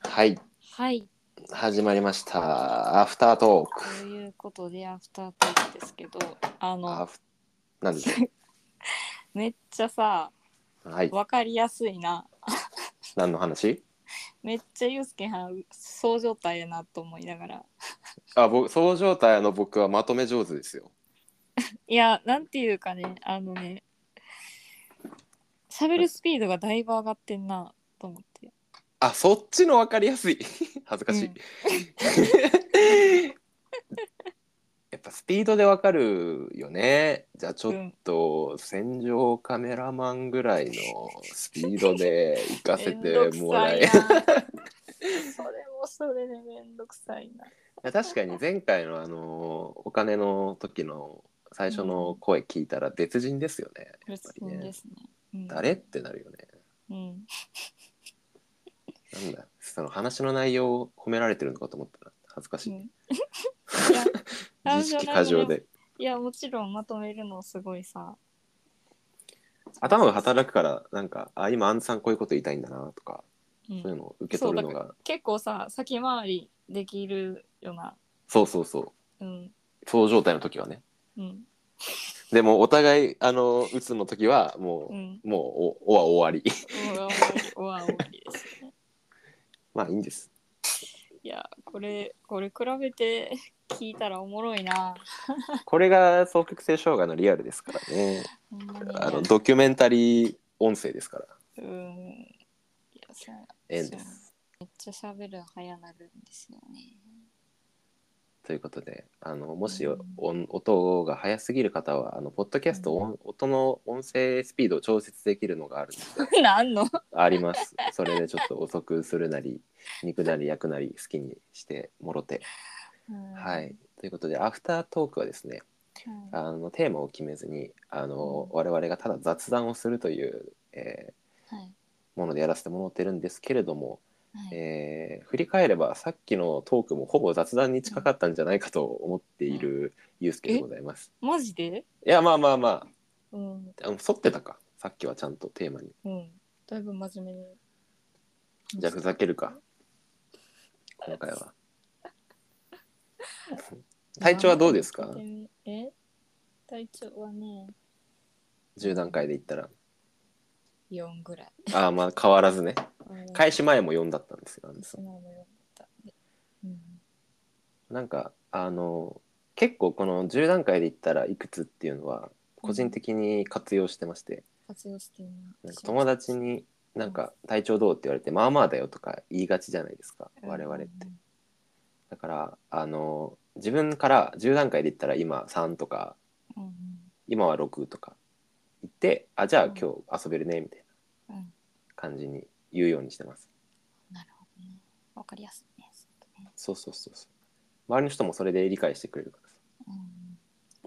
はいはい。始まりましたアフタートークということで、アフタートークですけど、あアの、フなんでしょめっちゃさ、 うはいわかりやすいな。何の話めっちゃユースケはん、そう状態やなと思いながら。あ僕そう状態の僕はまとめ上手ですよいや、なんていうかね、あのね、喋るスピードがだいぶ上がってんなと思って。あそっちの分かりやすい 恥ずかしい、うん やっぱスピードで分かるよねじゃあちうょっん、と戦場カメラマンぐらいのスピードで行かせめんどてくもさらいえな それもそれでめんどくさいな。いや確かに前回のあのお金の時の最初の声聞いたら別人ですよね、やっぱ別りにねですね。うん誰ってなるよねうん。なんだその話の内容を褒められてるのかと思ったら恥ずかしうい、んいや自意識過剰でいやもちろんまとめるのすごいさ頭が働くからなんかあ今アンさんこういうこと言いたいんだなとか、うんそういうのを受け取るのそうが結構さ先回りできるよなそうそうそううんそう状態の時はねうんでもお互いあの打つの時はもうう、んもうおおは終わり 終わり終わりですよねまあいいんですいやこれこれ比べて聞いたらおもろいなこれが双極性障害のリアルですからねほんまにあのドキュメンタリー音声ですから。うんいやさええんです。めっちゃ喋るの早なるんですよねということで、あのもしうん音音が速すぎる方は、あのポッドキャスト音、音の音声スピードを調節できるのがあるのでなんのあり ます。それでちょっと遅くするなり、肉なり焼くなり好きにしてもろて。うんはい。ということで、アフタートークはですね、うんあのテーマを決めずに、あのう我々がただ雑談をするという、えはいーものでやらせてもらってるんですけれども、はいえー振り返ればさっきのトークもほぼ雑談に近かったんじゃないかと思っているユうスケでございます。マジでいやまあまあまうんああの沿ってたかさっきはちゃんとテーマにうんだいぶ真面目にじゃあふざけるか今回は。体調はどうですかえ体調はね、 10段階で言ったら4ぐらい。ああまあ変わらずね開始前も4だったんですよ。私も4だった。うん。なんかあの結構この10段階で言ったらいくつっていうのは個人的に活用してまして。活用してるなんか友達になんか体調どうって言われてまあまあだよとか言いがちじゃないですか我々ってだからあの自分から10段階で言ったら今3とかうんうん今は6とか言ってあじゃあうん今日遊べるねみたいうん。うん。な感じに言うようにしてますなるほどね。わかりやすいね。そうそうそうそう周りの人もそれで理解してくれるからさうん。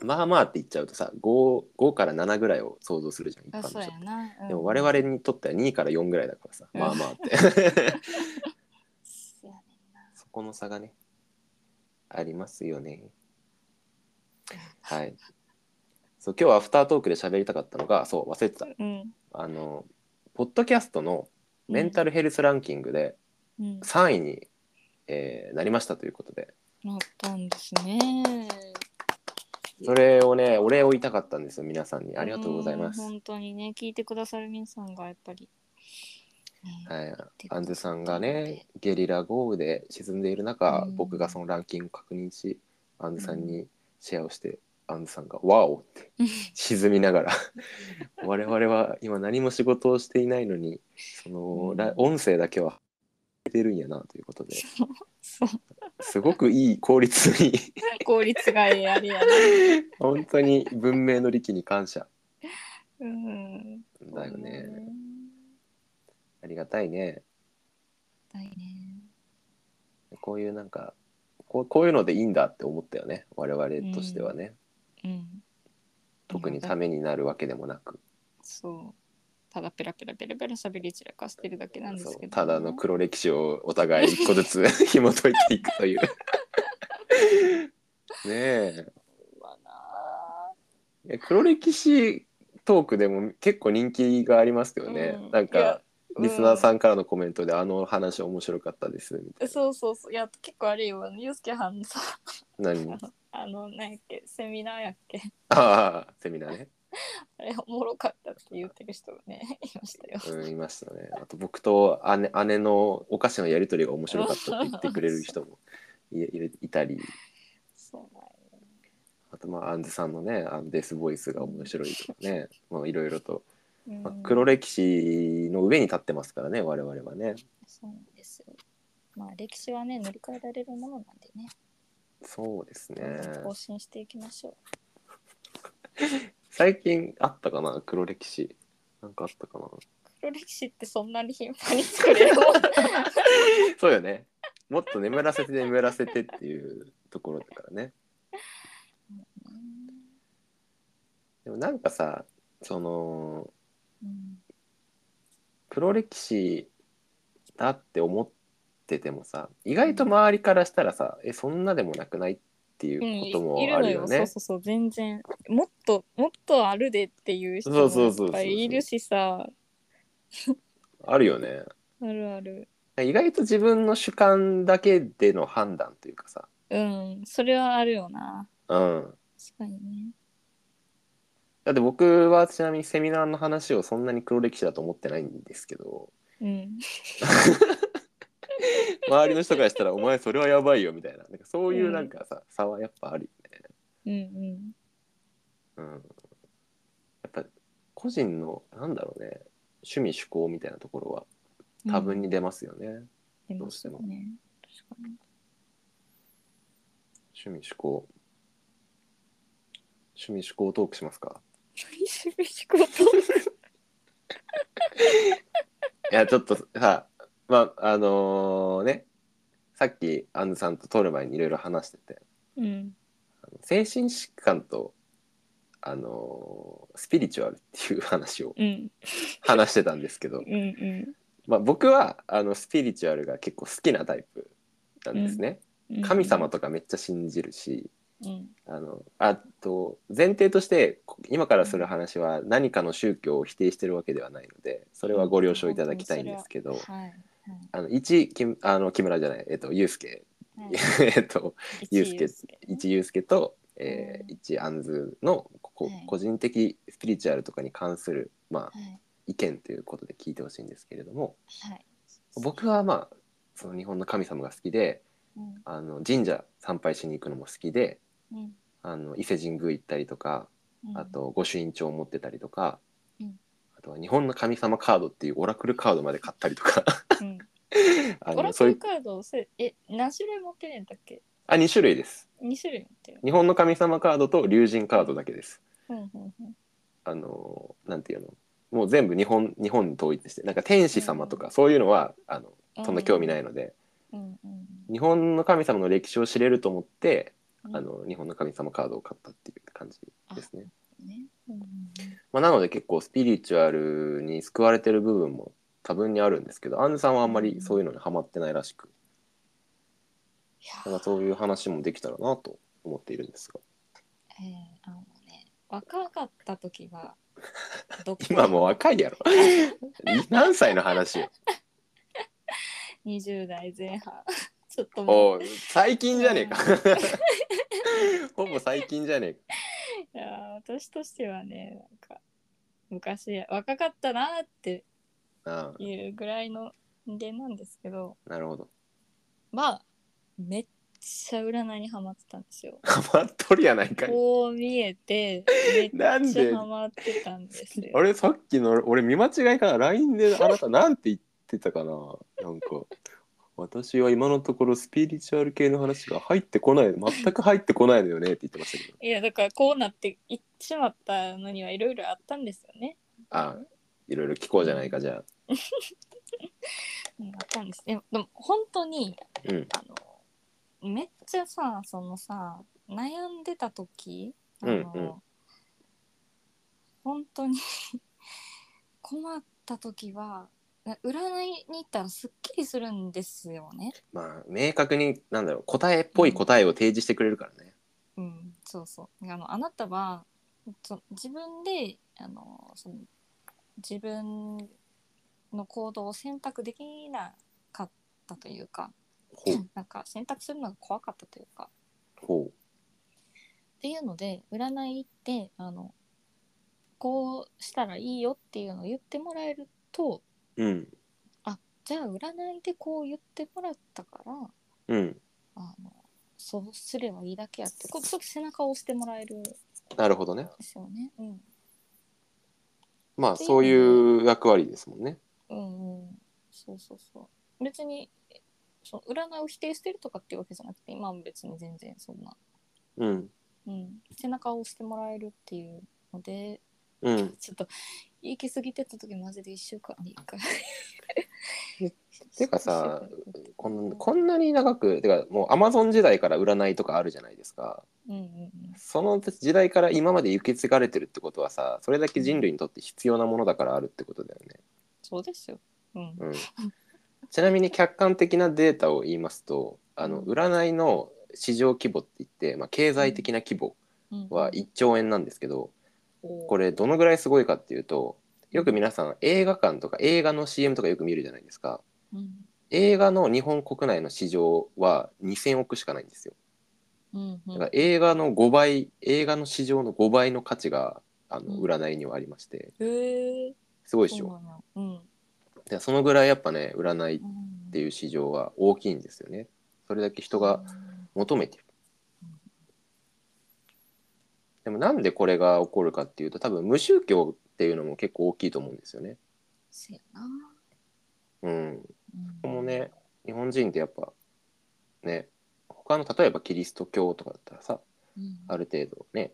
まあまあって言っちゃうとさ 5, 5から7ぐらいを想像するじゃん一あ、般そのう人やな。うんでも我。々にとっては2から4ぐらいだからさうんまあまあってそうやねんな。そこの差がね、ありますよね。はい。そう、今日はアフタートークで喋りたかったのが、そう、忘れてた。うん。あの、ポッドキャストのメンタルヘルスランキングでうん。 3位に、えーなりましたということで、なったんですね。それをね、お礼を言いたかったんですよ、皆さんに。ありがとうございますうん。本当にね、聞いてくださる皆さんがやっぱり。ねはい、アンズさんがねゲリラ豪雨で沈んでいる中、うん僕がそのランキングを確認しアンズさんにシェアをして、アンズさんが「ワオ!」 って沈みながら我々は今何も仕事をしていないのにその、うんラ音声だけは出るんやなということ でそう。すごくいい効率に効率がええあれやな。本当に文明の利器に感謝うん。だよね、ありがたいねだいね。こういうなんかこうこういうのでいいんだって思ったよね我々としてはね。うん。特にためになるわけでもなくそう。ただペラペラペラペラ喋り散らかしてるだけなんですそけうど。ただの黒歴史をお互い一個ずつ 紐解いていくという ねえうわないや黒歴史トークでも結構人気がありますよね、うんなんいやかリスナーさんからのコメントで「あの話面白かったです」みたいそうそうそういや結構あれよあのユースケはんのさ な何あの何やっけセミナーやっけああセミナーね、あれおもろかったって言ってる人がねいましたようん、いましたねあと僕と姉姉のお菓子のやり取りが面白かったって言ってくれる人もいいいたりそうなんやあとまあアンズさんのねあのデスボイスが面白いとか ねまあいろいろと、うんまあ、黒歴史の上に立ってますからね我々はねそうなんですよまあ歴史はね塗り替えられるものなんでねそうですどんねどん更新していきましょう最近あったかな黒歴史なんかあったかな黒歴史ってそんなに頻繁に作れ るもんそうよねもっと眠らせて眠らせてっていうところだからねでもなんかさそのうん黒歴史だって思っててもさ意外と周りからしたらさえそんなでもなくないっていううんこともあるよいるのねそう。そうそう全然もっともっとあるでっていう人もそうそうそうそういっぱいいるしさあるよね。あるある意外と自分の主観だけでの判断というかさ、うんそれはあるよなうん、確かにねだって僕はちなみにセミナーの話をそんなに黒歴史だと思ってないんですけどうん周りの人からしたら「お前それはやばいよ」みたいななんかそういううんなんかさ、差はやっぱあるよね。うんううん、んやっぱ個人のなんだろうね趣味趣向みたいなところは多分に出ますよね、出どまうしすてもよね確かに趣味趣向趣味趣向トークしますか厳しくこといやちょっとさまああのねさっきアンズさんと撮る前にいろいろ話してて うん精神疾患とあのースピリチュアルっていう話をうん話してたんですけどう、んうんまあ、僕はあのスピリチュアルが結構好きなタイプなんですね、うん神様とかめっちゃ信じるし、うんあのあと前提としてこ今からする話は何かの宗教を否定してるわけではないのでそれはご了承いただきたいんですけど、はいはいあの一木あの木村じゃないえっとユースケ、はい えっとユースケ一ユースケと、えうんー、一アンズのここ、はい個人的スピリチュアルとかに関するまあはい意見ということで聞いてほしいんですけれどもはい僕はまあその日本の神様が好きでうんあの神社参拝しに行くのも好きでうんあの伊勢神宮行ったりとかうんあと御朱印帳を持ってたりとか、うんあとは日本の神様カードっていうオラクルカードまで買ったりとかうん あオラのクそういルうカードをせえ何種類持ってるんだっけあ2種類です二種類持ってる日本の神様カードと龍神カードだけですうんうんうんあのなんていうのもう全部日本日本に統一してなんか天使様とかそういうのはあのそんな興味いないので、うんうん日本の神様の歴史を知れると思って、うんあの日本の神様カードを買ったっていう感じですね。ねうんまあ、なので結構スピリチュアルに救われてる部分も多分にあるんですけどアンズさんはあんまりそういうのにハマってないらしくいやなんかそういう話もできたらなと思っているんですがえーあのね若かった時はどこ今もう若いやろ 何歳の話よ20代前半ちょっともうおう最近じゃねえかほぼ最近じゃねえかいやー私としてはねなんか昔若かったなーってあいうぐらいの人間なんですけどあなるほどまあめっちゃ占いにハマってたんですよ。ハマっとるやないかいこう見えてなめんっちでゃハマってたんですよ。あれさっきの俺見間違いかな LINE であなたなんて言ってたかななんか私は今のところスピリチュアル系の話が入ってこない全く入ってこないのよねって言ってましたけどいやだからこうなっていってしまったのにはいろいろあったんですよね。あいろいろ聞こうじゃないかじゃあうんあったんです。でもでも本当にうんあのめっちゃさそのさ悩んでた時あの、うんうん本当に 困った時はな占いに行ったらすっきりするんですよね。まあ明確になんだろう答えっぽい答えを提示してくれるからねうん、そうそうあのあなたはそ自分であのその自分の行動を選択できなかったというかほうなんか選択するのが怖かったというかほっていうので占いってあのこうしたらいいよっていうのを言ってもらえるとううんじゃあ占いでこう言ってもらったからうんあのそうすればいいだけやってこうちょっと背中を押してもらえるんでなるほどねすよね。うんまあそういう役割ですもんねうんうん、そうそうそう別にその占いを否定してるとかっていうわけじゃなくて今も別に全然そんな、うんうん、背中を押してもらえるっていうのでうんちょっと行き過ぎてった時マジで1週間に1回 てかさこんこんなに長くてかもうアマゾン時代から占いとかあるじゃないですかうんうんうんその時代から今まで受け継がれてるってことはさそれだけ人類にとって必要なものだからあるってことだよねそうですよ、うん、うん、ちなみに客観的なデータを言いますとあの占いの市場規模って言って、まあ、経済的な規模うんは1兆円なんですけどここれどのぐらいすごいかっていうとよく皆さん映画館とか映画の CM とかよく見るじゃないですかうん映画の日本国内の市場は2,000億しかないんですようんうんだから映画の5倍映画の市場の5倍の価値があのうん占いにはありましてへえすごいっしそうょなんやうんでそのぐらいやっぱね占いっうんていう市場は大きいんですよねそれだけ人が求めてるうん。でもなんでこれが起こるかっていうと多分無宗教っていうのも結構大きいと思うんですよね。せやな、うん、こうんこもね日本人ってやっぱね他の例えばキリスト教とかだったらさうんある程度ね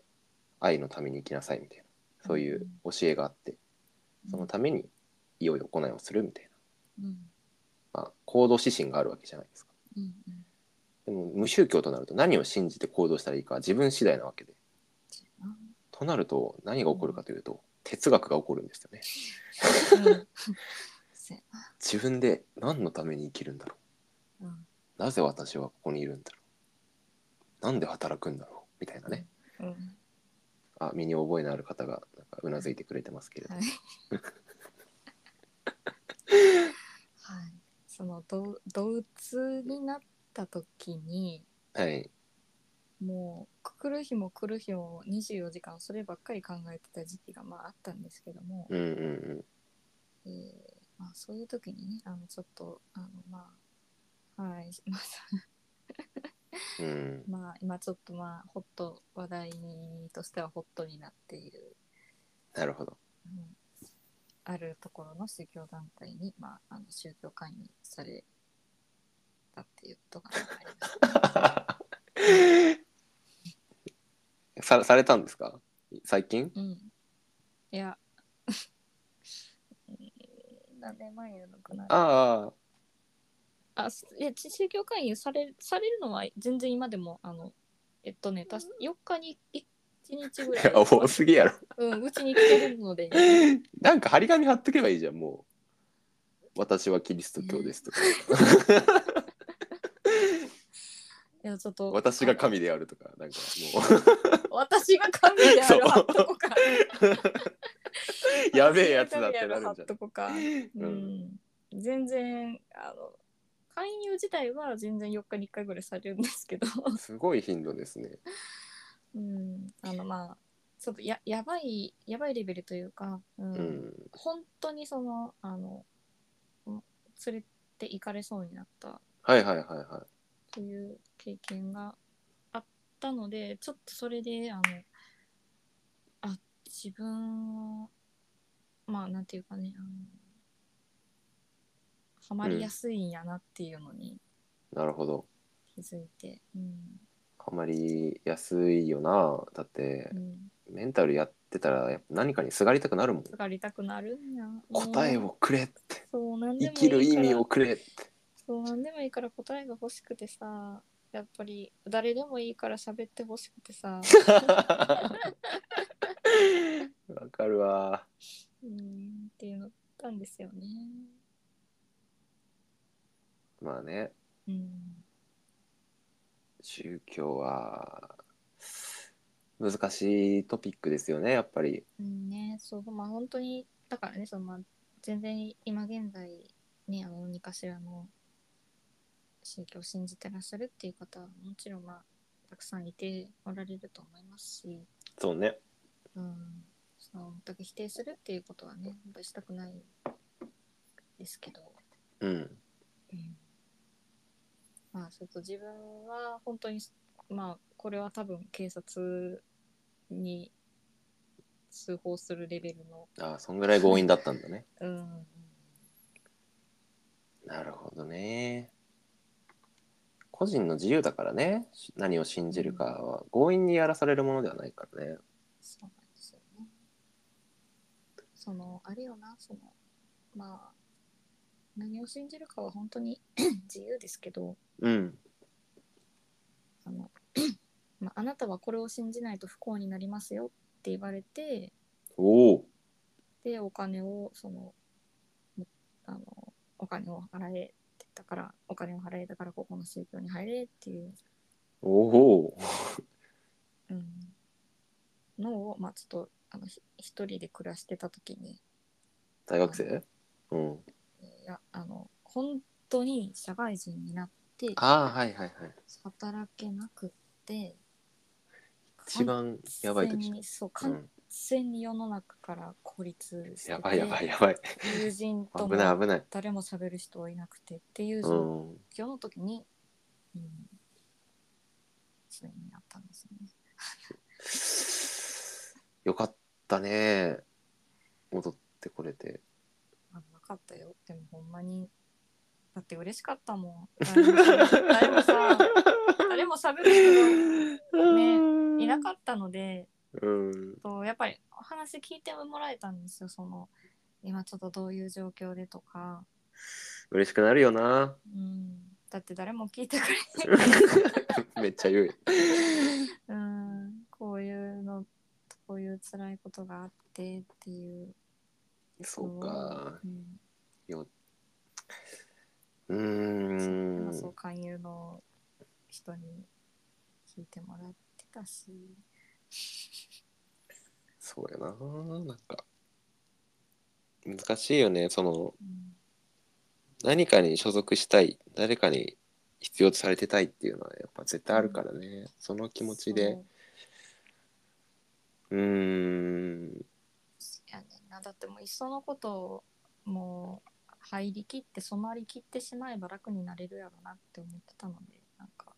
愛のために生きなさいみたいなそういう教えがあってそのために良い行いをするみたいな、うんまあ、行動指針があるわけじゃないですか。うんうんでも無宗教となると何を信じて行動したらいいかは自分次第なわけで。せやなとなると何が起こるかというと、哲学が起こるんですよねうんせやな自分で何のために生きるんだろうんうなぜ私はここにいるんだろうなんで働くんだろうみたいなねうんあ身に覚えのある方がなんかうなずいてくれてますけれど、はい。はい。そのど動物になった時に、はい、もう来る日も来る日も24時間そればっかり考えてた時期がまああったんですけども、うんうんえーまあそういう時にね、あのちょっとあのまあはい、まあうんうんまあ今ちょっとまあホット話題としてはホットになっている、なるほどうん、あるところの宗教団体に、まあ、あの宗教会員されたっていうことがあり ました さされたんですか最近うんいや うん何年前やのかなあああすいや宗教会員されされるのは全然今でもあのえっとね確か4日に1日ぐらいいや多すぎやろうん、うちに来てるので なんか張り紙貼っとけばいいじゃんもう私はキリスト教ですとかいやちょっと私が神であるとかなんかもう 私が神であ そうるはっとこか。やべえやつだってなるんじゃとこか。う。うん全然あの勧誘自体は全然4日に1回ぐらいされるんです けど、んすごい頻度ですね。うん、あのまあちょっとややばいやばいレベルというか、うんうん。本当にそのあのうん連れて行かれそうになったはいはいはいはという経験があったのでちょっとそれであのあ自分はまあなんていうかねあのハマりやすいんやなっていうのにい。なるほど。気づいて、うんあまり安いよな。だってうん、メンタルやってたらやっぱ何かにすがりたくなるもん。すがりたくなるんや答えもうをくれって。そうなんで生もいきる意いから味をくれって。そうなんでもいいから答えが欲しくてさやっぱり誰でもいいから喋ってほしくてさ、わかるわ。うん、っていうのだったんですよね。まあね、うん宗教は難しいトピックですよね、やっぱり。うんね、そう、まあ本当に、だからね、そのまあ全然今現在ねあの何かしらの宗教を信じてらっしゃるっていう方はもちろんまあたくさんいておられると思いますし、そうねうん、その全く否定するっていうことはねやっぱりしたくないですけど、うんうん、まあちょっと自分は本当にまあこれは多分警察に通報するレベルのああそんぐらい強引だったんだねうん なるほどね個人の自由だからねし何を信じるかは強引にやらされるものではないからねそうなんですよね。そのあれよなそのまあ何を信じるかは本当に 自由ですけどうんあの、まあ、あなたはこれを信じないと不幸になりますよって言われておおでお金をそのもあのお金を払えって言ったからお金を払えたからここの宗教に入れっていう、おおうん、のを、まあ、ちょっとあのひ一人で暮らしてた時に大学生うんいやあの本当に社会人になってああはいはいはい働けなくって一番やばい完全時にそうう完ん全に世の中から孤立してて、やばいやばい やばい友人と危ないも危ない誰も喋る人はいなくてっていうう状ん況の時に、うんそれになったんですね。よかったね戻ってこれてあなかったよでもほんまにだって嬉しかったもん誰も誰 もさ誰も喋る人がいなかったので。うんとやっぱりお話聞いてもらえたんですよその今ちょっとどういう状況でとか、嬉しくなるよな うん、だって誰も聞いてくれない、めっちゃ言うようん、こういうのこういう辛いことがあってっていうそうかうんうーそうまあんそう勧誘の人に聞いてもらってたしそうやななんか難しいよねそのうん何かに所属したい誰かに必要とされてたいっていうのはやっぱ絶対あるからねその気持ちでそううーんいやねんなだってもういっそのことをもう入りきって染まりきってしまえば楽になれるやろなって思ってたのでなんか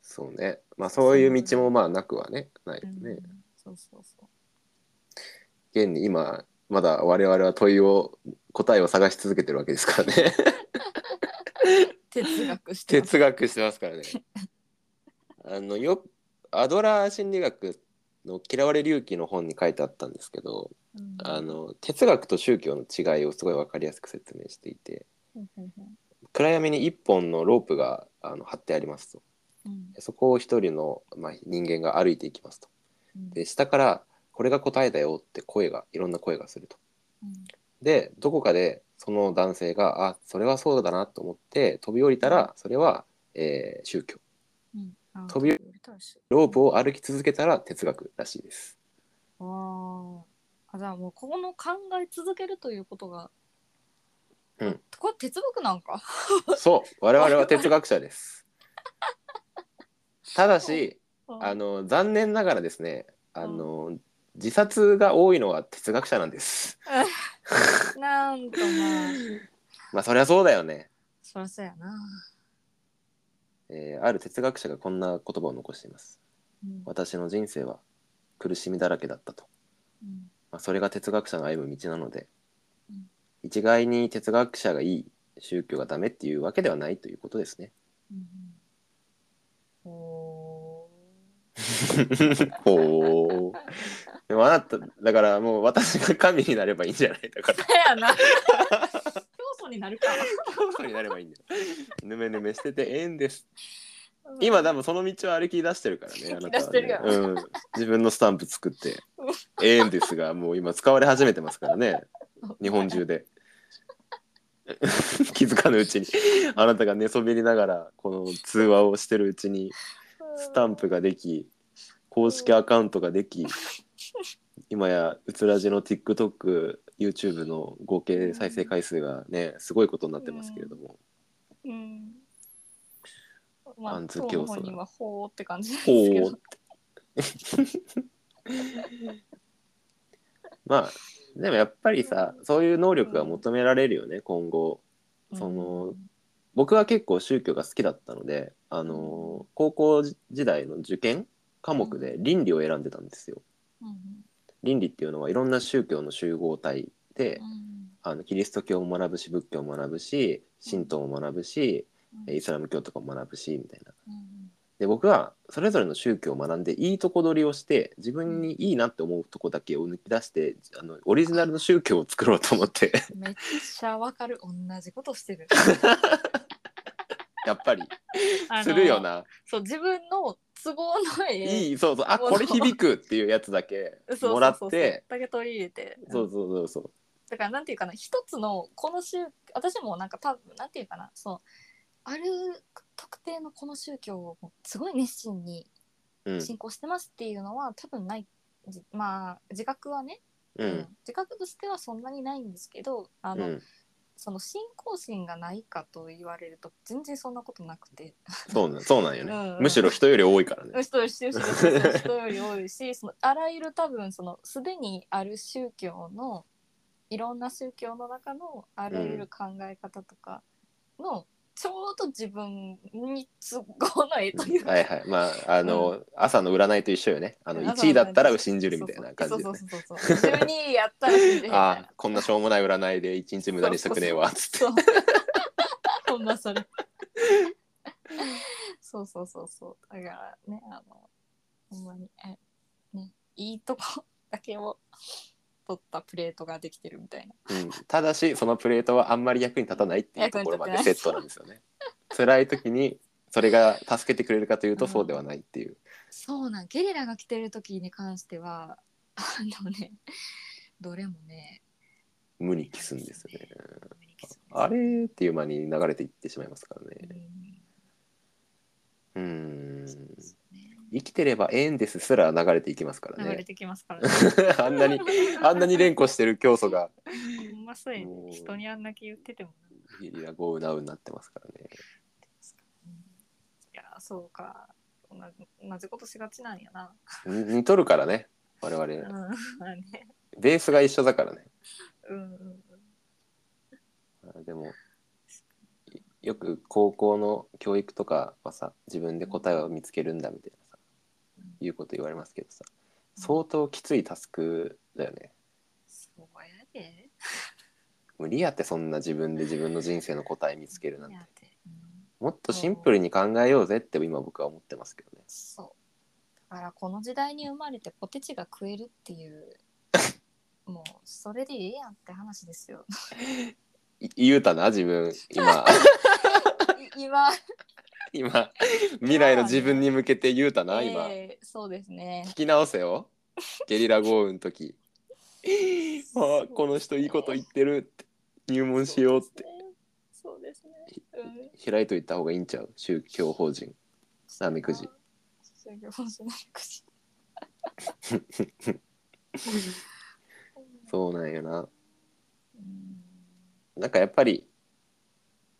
そうねまあそういう道もまあなくはねないようねん、そうそうそう現に今まだ我々は問いを答えを探し続けてるわけですからね哲学してま す哲学してますからねあのよアドラー心理学の「嫌われ隆起」の本に書いてあったんですけどうんあの哲学と宗教の違いをすごい分かりやすく説明していてうんうん暗闇に一本のロープがあの張ってありますとうんそこを一人の、まあ、人間が歩いていきますとうんで下から「これが答えだよ」って声がいろんな声がすると。うんでどこかでその男性があそれはそうだなと思って飛び降りたらそれは、えー宗教うんあ飛び飛び降りたしロープを歩き続けたら哲学らしいですあーあじゃあもうここの考え続けるということがうんこれ哲学なんかそう我々は哲学者 ですただしああの残念ながらですねあの自殺が多いのは哲学者なんですなんとまあまあそりゃそうだよね、そりゃそうやな、えーある哲学者がこんな言葉を残していますうん私の人生は苦しみだらけだったとうんまあ、それが哲学者の歩む道なので、うん一概に哲学者がいい宗教がダメっていうわけではないということですね。 うんうん、おほうでもあなただからもう私が神になればいいんじゃないだからーやな教祖になるか神になればいいんだよ。ぬめぬめしててええんです。今多分その道を歩き出してるからね。あなたはね歩き出してうん、自分のスタンプ作ってうんええんですがもう今使われ始めてますからね。日本中で 気づかぬうちにあなたが寝そべりながらこの通話をしてるうちにスタンプができ公式アカウントができ今やうつらじの TikTok、YouTube の合計再生回数がね、すごいことになってますけれども、うん。まああ、んず当競争のだ本人はほうって感じなんおですけおどーって。 まあでもやっぱりさそういう能力が求められるよね、今後。その僕は結構宗教が好きだったのであの高校時代の受験科目で倫理を選んでたんですよ。うん、うん倫理っていうのはいろんな宗教の集合体で、あのキリスト教も学ぶし仏教も学ぶし神道も学ぶし、うんイスラム教とかも学ぶしみたいな。うんで僕はそれぞれの宗教を学んでいいとこ取りをして自分にいいなって思うとこだけを抜き出してあのオリジナルの宗教を作ろうと思って めっちゃわかる同じことしてるやっぱりあのするよな。そう自分の都合のいいいいそうそうあものこれ響くっていうやつだけそうそうもらそっうそうてだけ取り入れてそうそうそうそうだからなんていうかな一つのこの宗私もなんか多分なんていうかなそうある特定のこの宗教をもうすごい熱心にうん信仰してますっていうのは多分ないじまあ自覚はね、ううんん自覚としてはそんなにないんですけどあうの、んその信仰心がないかと言われると全然そんなことなくてそうなんそうなんようんねうんむしろ人より多いからね人より人より人より多いしそのあらゆる多分そのすでにある宗教のいろんな宗教の中のあらゆる考え方とかのちょうど自分に都合のいいというか、 はいはいまああの、朝の占いと一緒よねあの1位だったら信じるみたいな感じで、ねそう、そうそうそうそう12位やったら信じるみたいなああこんなしょう もない占いで一日無駄にしたくねえわつってそうほんまそれそうそうそうそうだからねあのほんまにえねいいとこだけを取ったプレートができてるみたいなうんただしそのプレートはあんまり役に立たないっていうところまで役セにッ立たトなないんですよね辛い時にそれが助けてくれるかというとうんそうではないっていう、そうなんゲリラが来てる時に関してはあのねどれもね無に帰すんですよね無理ですよねあれーっていう間に流れていってしまいますからうねんうーんそうですね生きてればええんですすら流れていきますから流れねてきますからね あんなにあんなに連呼してる教祖が ほんまそうやねもう人にあんだけ言っててもなゲリラ豪雨なうになってますからねいやそうか同じ同じことしがちなんやな。に似とるからね我々、うんまあねベースが一緒だからねうんうんうんあでもいよく高校の教育とかはさ自分で答えを見つけるんだみたいなさうんいうこと言われますけどさ相当きついタスクだよねそうやで。無理やってそんな自分で自分の人生の答え見つけるなんてやで、うんもっとシンプルに考えようぜって今僕は思ってますけどねそう。だからこの時代に生まれてポテチが食えるっ ていう。もうそれでいいやんって話で すよ。い言うたな自分 今い今、今未来の自分に向けて言うたな今、えーそうですね。聞き直せよゲリラ豪雨の時あーこの人いいこと言ってるって入門しようってそうですね。そうですね。開いといた方がいいんちゃう宗教法人うん。なみくじ。授業本書なみくじ。 そうなんよな うんなんかやっぱり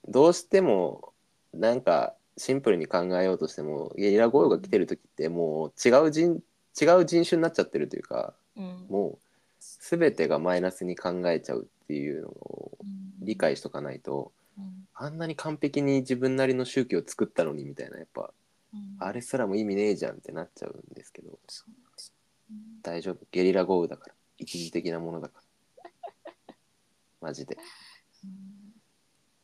どうしてもなんかシンプルに考えようとしてもゲリラ豪雨が来てる時ってもう違う人違う人種になっちゃってるというかうんもう全てがマイナスに考えちゃうっていうのを理解しとかないとうんあんなに完璧に自分なりの宗教を作ったのにみたいなやっぱうんあれすらも意味ねえじゃんってなっちゃうんですけどそうなんですようん大丈夫ゲリラ豪雨だから一時的なものだ からマジでうん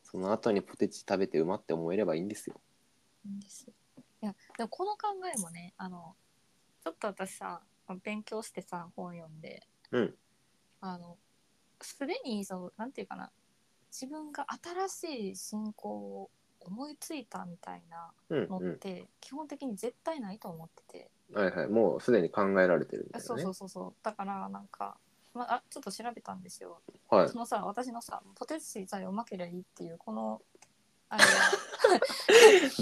その後にポテチ食べてうまって思えればいいんですよいいんですよいやでもこの考えもねあのちょっと私さ勉強してさ本読んでうんあのすでにそのなんていうかな自分が新しい信仰を思いついたみたいなうんのっうて、基本的に絶対ないと思ってて。んはいはいもうすでに考えられてるんあだよそうねそうそうそうだからなんか、まあ、ちょっと調べたんですよ、はいそのさ私のさポテチさえうまけりゃいいっていうこのあれ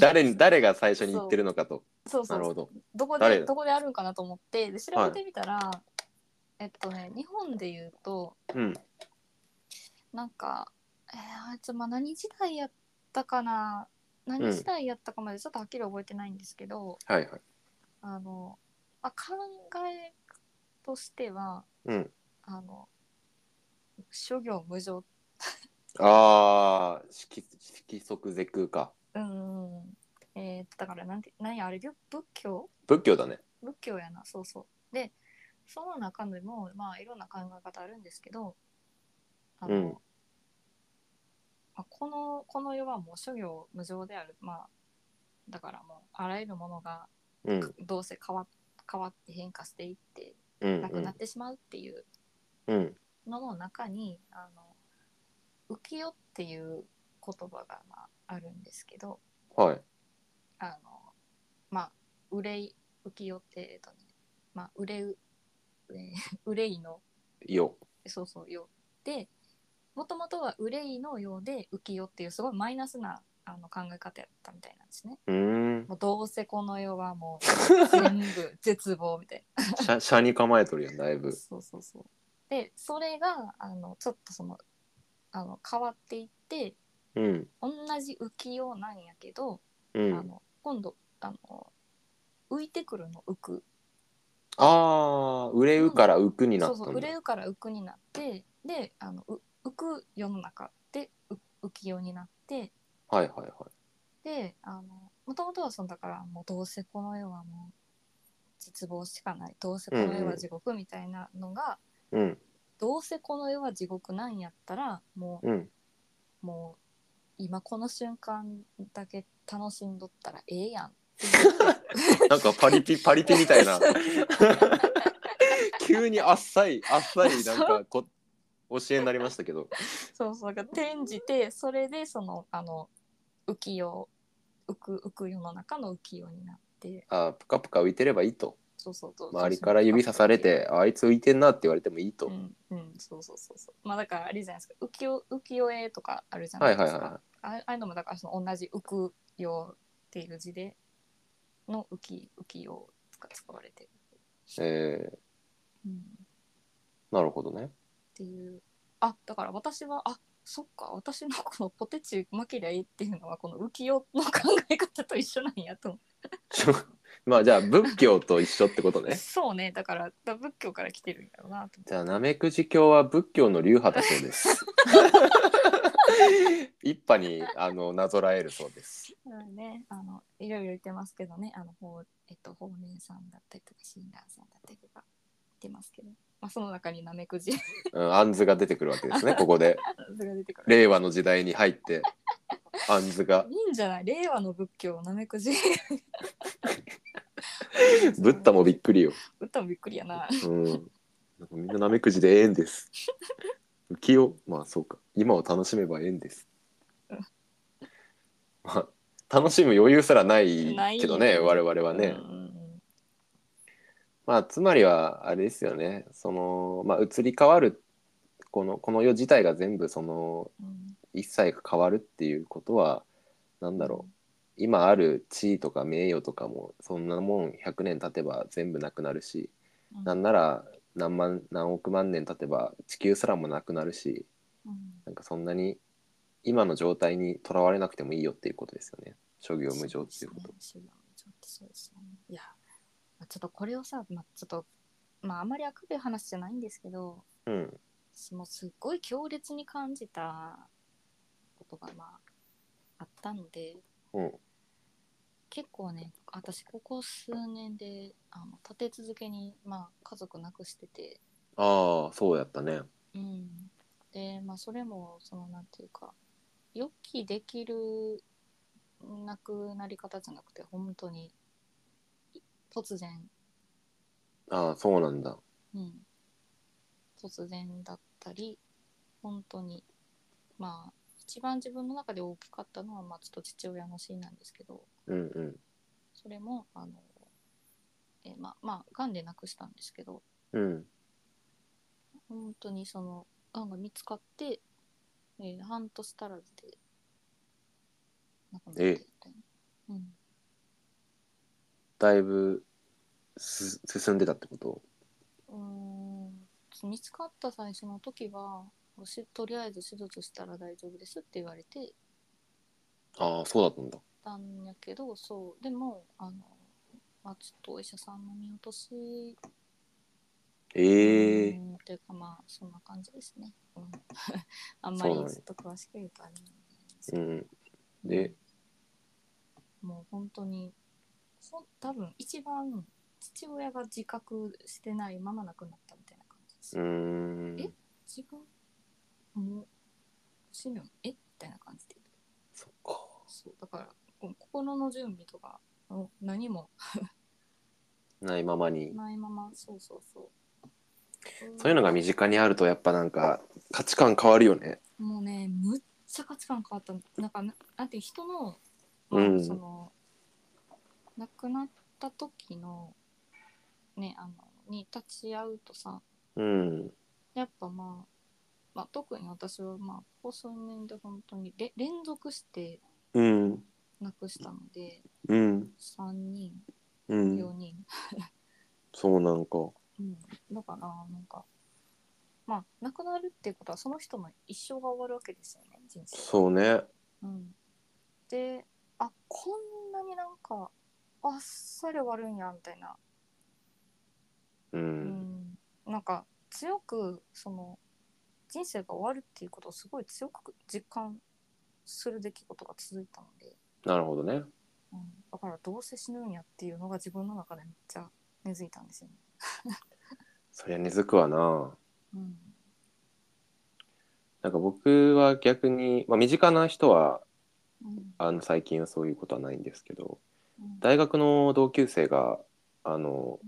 誰に誰が最初に言ってるのかとそうそなうるそほうどどこ誰でだどこであるんかなと思ってで調べてみたら、えっとね日本で言うとうんなんか、えーあいつまあ何時代やったかな何時代やったかまでちょっとはっきり覚えてないんですけど、はいはいあの、まあ、考えとしてはうんあの諸行無常ああ色色即是空かうんえー、だからなんて何あれ仏教仏教だね仏教やなそうそうでその中でもまあいろんな考え方あるんですけどあの、うんまあ、このこの世はもう諸行無常であるまあだからもうあらゆるものがうんどうせ変わ変わって変化していってうんなくなっうてしまうっていうんうんのの中に、あの浮世っていう言葉がまああるんですけどはいあのまあ憂い浮世ってえっとねまあ憂う、えー 憂いのいいよそうそうよでもともとは憂いのようで浮世っていうすごいマイナスなあの考え方やったみたいなんですね。うーんもうどうせこの世はもう全部絶望みたいな。車車に構えとるやんだいぶそうそうそう。でそれがあのちょっとそのあの変わっていってうん同じ浮世なんやけど、うあんの今度あの浮いてくるの浮くああ売れうから浮くになそっうたそうん売だれるから浮くになってであのう浮く世の中でう浮世になってはいはいはであのもともとはそのだからもうどうせこの世はもう絶望しかないどうせこの世は地獄みたいなのが、いうんどうせこの世は地獄なんやったらもううんもう今この瞬間だけ楽しんどったらええやんっていうなんかパリ ピパリピみたいな急にあっさいあっさいなんかこ教えになりましたけどそうそうが転じてそれでそのあの浮世浮く浮く世の中の浮世になってあープカプカ浮いてればいいとそうそうそう周りから指さされてああいつ浮いてんなって言われてもいいと、うん、うん、そうそうそうそうまあだからあれじゃないですか浮世浮世絵とかあるじゃなはいいはでいすか、はあああいうのもだからその同じ浮く世っていう字での浮き浮世が使われてる、いえうんー、なるほどね っていうあだから私はあそっか私のこのポテチ巻きでいいっていうのはこの浮世の考え方と一緒なんやと思ちょまあじゃあ仏教と一緒ってことうねそうねだからだ仏教から来てるんだろうなと思じゃあナメクジ教は仏教の流派だそうです 一派にあのなぞらえるそうですって、うんね、あのいろいろ言ってますけどねあのほう、えっと、法然さんだったりとか親鸞さんだったりとか言ってますけど、まあ、その中にナメクジ うん杏ズが出てくるわけですねここでそれが出てくる。令和の時代に入って杏ズがいいんじゃない令和の仏教ナメクジ ブッダ もびっくりよ、ぶったもびっくりやなうん、なんかみんなナメクジでええんです浮世まあそうか今を楽しめばええんですうんまあ楽しむ余裕すらないないけどね我々はね、うんまあつまりはあれですよねその、まあ、移り変わるこのこの世自体が全部そのうん一切が変わるっていうことはなんだろうう今ある地位とか名誉とかもそんなもん100年経てば全部なくなるしうんなんなら何万何億万年経てば地球すらもなくなるしうんなんかそんなに今の状態にとらわれなくてもいいよっていうことですよね諸行無常っていうこと。そうですね。諸行無常ってそうですよね。いや、まあちょっとこれをさ、まあ、ちょっと、まあ、あまりあくび話じゃないんですけど、うん、もうすっごい強烈に感じたことが、まあ、あったので、うん、結構ね、私、ここ数年で、あの立て続けに、まあ、家族亡くしてて、ああそうやったね。うん。で、まあ、それも、その、なんていうか、予期できる亡くなり方じゃなくて、本当に、突然、ああそうなんだ。うん、突然だったり本当にまあ一番自分の中で大きかったのは、まあ、ちょっと父親のシーンなんですけどうんうんそれもあの、えーまあまあがんで亡くしたんですけどうん本当にそのがんが見つかって、えー半年足らずで亡くなってみたいな、うん、だいぶす進んでたってことうーん見つかった最初の時はしとりあえず手術したら大丈夫ですって言われてああそうだったんだたんやけどそうでもあの、まあ、ちょっとお医者さんの見落とし、ええうんというかまあそんな感じですね、うん あんそまうりなんやちょっと詳しく言うとあれなんですうけどんでもう本当にほん多分一番父親が自覚してないまま亡くなったみたいな感じです、うーんえ自分もう死ぬんえみたいな感じでそっかそうだからこ心の準備とかもう何もないままにないままそうそうそうそういうのが身近にあるとやっぱなんか価値観変わるよねもうねむっちゃ価値観変わったなんかななんていう人の、うんその亡くなった時のねあのに立ち会うとさうんやっぱまあまあ、特に私はまあここ数年で本当にれ連続してうん亡くしたのでうん3人う4ん人、そうなんかうん、だからなんかまあ亡くなるっていうことはその人の一生が終わるわけですよね人生。そうねうん、であこんなになんかあっさり終わるんやみたいな、ううんん、なんか強くその人生が終わるっていうことをすごい強く実感する出来事が続いたので、なるほどねうん、だからどうせ死ぬんやっていうのが自分の中でめっちゃ根付いたんですよね。そりゃ根付くわなうんなんか僕は逆に、まあ、身近な人はうんあの最近はそういうことはないんですけどうん大学の同級生があの、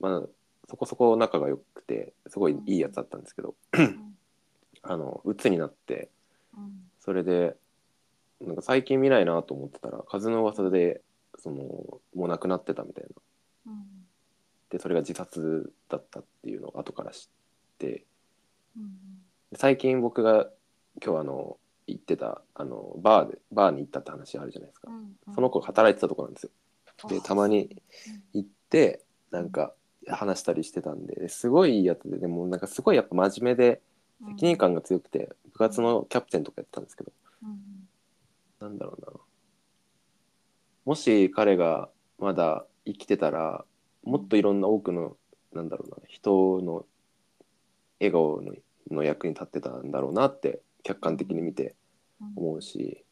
まあ、そこそこ仲が良くてすごいいいやつだったんですけど、うんあの鬱になってうんそれでなんか最近見ないなと思ってたら風の噂でそのもう亡くなってたみたいなうんでそれが自殺だったっていうのを後から知ってうんで最近僕が今日あの行ってたあのバーでバーに行ったって話あるじゃないですか、うんその子が働いてたとこなんですよであたまに行ってなんか話したりしてたんですごいいいやつででもなんかすごいやっぱ真面目でうん責任感が強くて部活のキャプテンとかやってたんですけどうんなんだろうなもし彼がまだ生きてたらもっといろんな多くのなんだろうな人の笑顔のの役に立ってたんだろうなって客観的に見てうん思うし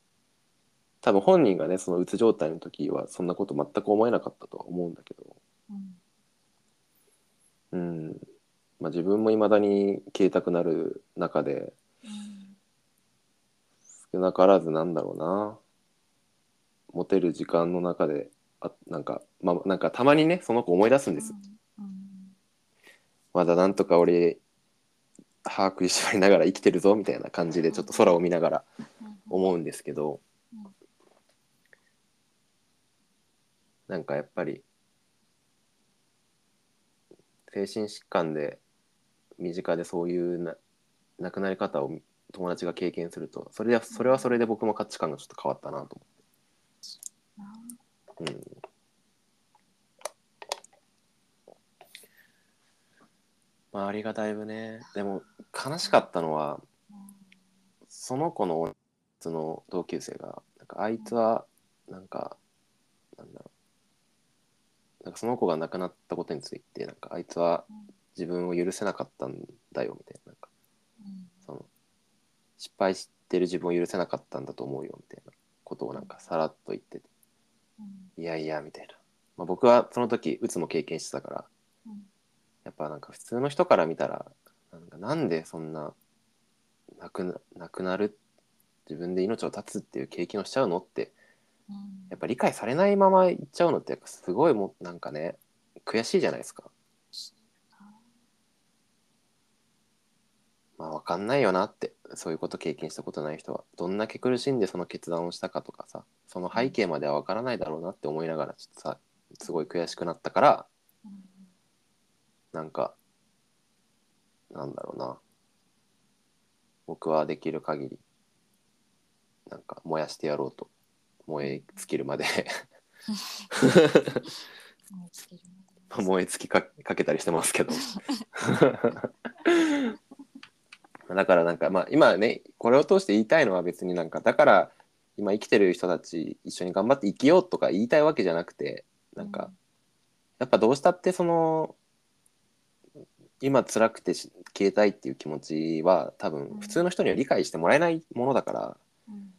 多分本人がねそのうつ状態の時はそんなこと全く思えなかったとは思うんだけどうんうんまあ、自分もいまだに消えたくなる中でうん少なからずなんだろうな持てる時間の中であなんか、まあ、なんかたまにねその子思い出すんです、うんうんまだなんとか俺歯食いしばりながら生きてるぞみたいな感じでちょっと空を見ながら思うんですけどうんなんかやっぱり精神疾患で身近でそういうな亡くなり方を友達が経験するとそれでそれはそれで僕も価値観がちょっと変わったなと思って、うん、周りがだいぶねでも悲しかったのはその子のその同級生がなんかあいつはなんかなんだろうなんかその子が亡くなったことについてなんかあいつは自分を許せなかったんだよみたいななんかその失敗してる自分を許せなかったんだと思うよみたいなことをなんかさらっと言ってていやいやみたいな、まあ、僕はその時うつも経験してたからやっぱなんか普通の人から見たらなんかなんでそんななくななくなる自分で命を絶つっていう経験をしちゃうのってやっぱ理解されないままいっちゃうのってやっぱすごいもうなんかね悔しいじゃないですかまあ分かんないよなってそういうこと経験したことない人はどんだけ苦しんでその決断をしたかとかさその背景までは分からないだろうなって思いながらちょっとさすごい悔しくなったからなんかなんだろうな僕はできる限りなんか燃やしてやろうと燃え尽きるまで思いつけるまでまあ燃え尽きかかけたりしてます けどだからなんかまあ今ねこれを通して言いたいのは別になんかだから今生きてる人たち一緒に頑張って生きようとか言いたいわけじゃなくてなんか、やっぱどうしたってその今辛くてし消えたいっていう気持ちは多う分ん普通の人には理解してもらえないものだからうん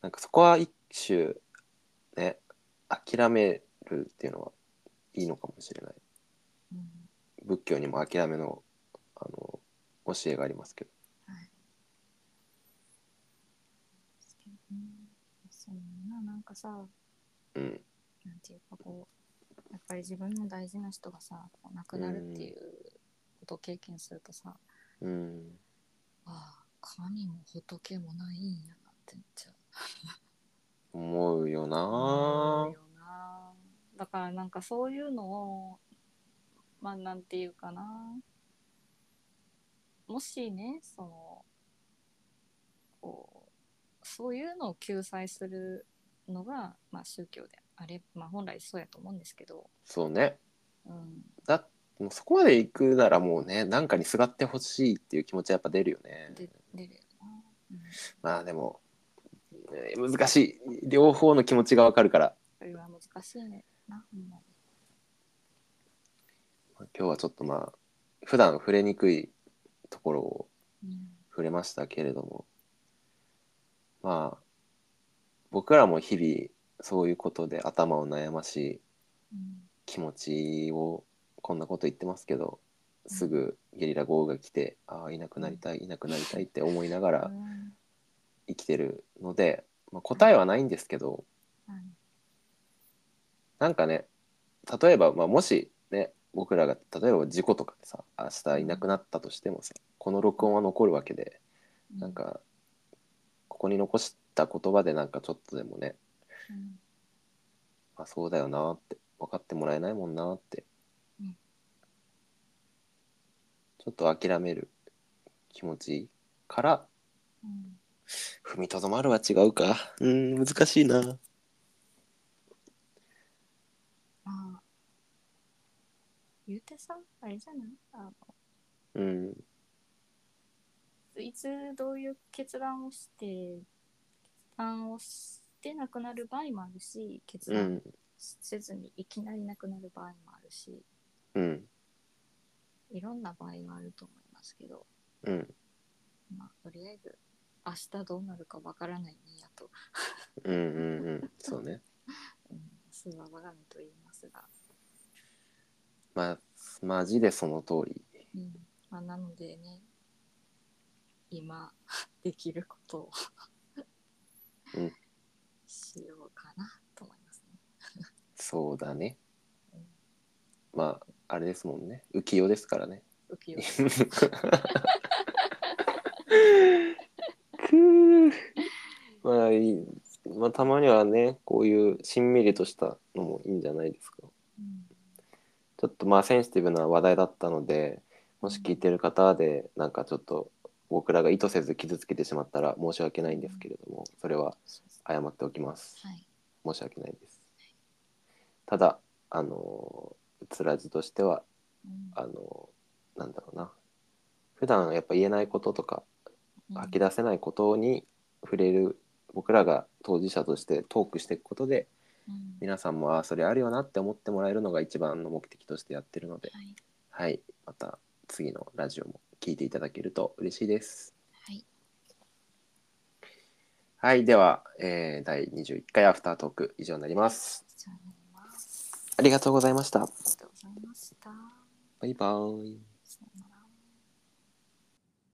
なんかそこは一種ね諦めるっていうのはいいのかもしれないうん仏教にも諦めのあの教えがありますけどですけどねそんななんかさなうんんていうかこうやっぱり自分の大事な人がさこう亡くなるっていうことを経験するとさ、うんああ神も仏もないんやなって言っちゃう思うよな思うよなだからなんかそういうのをまあなんていうかなもしねそのこうそういうのを救済するのが、まあ、宗教であれ、まあ、本来そうやと思うんですけど、そうねうん、だもうそこまで行くならもうねなんかにすがってほしいっていう気持ちはやっぱ出るよねで出るよな、うん、まあでもえー難しい両方の気持ちがわかるからそれは難しいねな、うん今日はちょっとまあ普段触れにくいところをうん触れましたけれどもまあ僕らも日々そういうことで頭を悩ましいうん気持ちをこんなこと言ってますけどすぐゲリラ豪雨が来てああいなくなりたいいなくなりたいって思いながらうん生きてるので、まあ、答えはないんですけどはいなんかね例えば、まあ、もしね僕らが例えば事故とかでさ明日いなくなったとしてもさこの録音は残るわけでうなんかここに残した言葉でなんかちょっとでもねうんあそうだよなって分かってもらえないもんなって、うんちょっと諦める気持ちからうん踏みとどまるは違うかうーん難しいなまあ、言うてさ、あれじゃないあのうんいつどういう決断をして、決断をしてなくなる場合もあるし、決う断んせずにいきなりなくなる場合もあるし、うんいろんな場合があると思いますけど、うんまあ、とりあえず、明日どうなるかわからないねやと、うんうんうんそうねうん、明日は我が身と言いますが、まあマジでその通りうんまあ、なのでね、今 できることをうんしようかなと思いますね。そうだねうんまああれですもんね浮世ですからね浮世絵くーまあいい、まあ、たまにはねこういうしんみりとしたのもいいんじゃないですかうんちょっとまあセンシティブな話題だったのでもし聞いてる方でなんかちょっと僕らが意図せず傷つけてしまったら申し訳ないんですけれどもそれはそうです謝っておきますはい、申し訳ないですただあのうつらじとしてはうんあのなんだろうな普段やっぱ言えないこととか吐き出せないことに触れる僕らが当事者としてトークしていくことでうん皆さんもああそれあるよなって思ってもらえるのが一番の目的としてやってるので、はいはい、また次のラジオも聞いていただけると嬉しいです。はいはい、では、えー第21回アフタートーク以上になります。以上になりますありがとうございました。ありがとうございました。バイバーイ。さようなら